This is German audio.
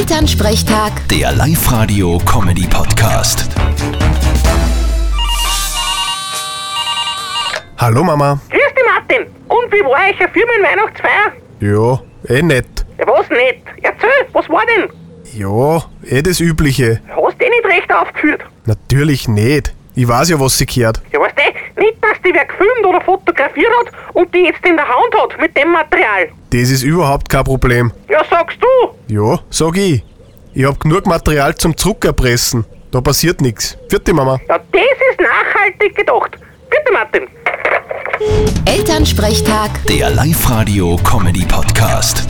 Elternsprechtag, Der Live-Radio-Comedy-Podcast. Hallo Mama. Grüß dich, Martin. Und wie war euch Firmenweihnachtsfeier? Ja, eh nett. Ja, was nicht? Erzähl, was war denn? Ja, eh das Übliche. Hast du eh nicht recht aufgeführt? Natürlich nicht. Ich weiß ja, was sie gehört. Ja, weißt du, eh, nicht, dass die wer gefilmt oder fotografiert hat und die jetzt in der Hand hat mit dem Material. Das ist überhaupt kein Problem. Ja, sagst du? Ja, sag ich. Ich hab genug Material zum Druckerpressen. Da passiert nichts. Vierte Mama. Ja, das ist nachhaltig gedacht. Bitte, Martin. Elternsprechtag. Der Live-Radio-Comedy-Podcast.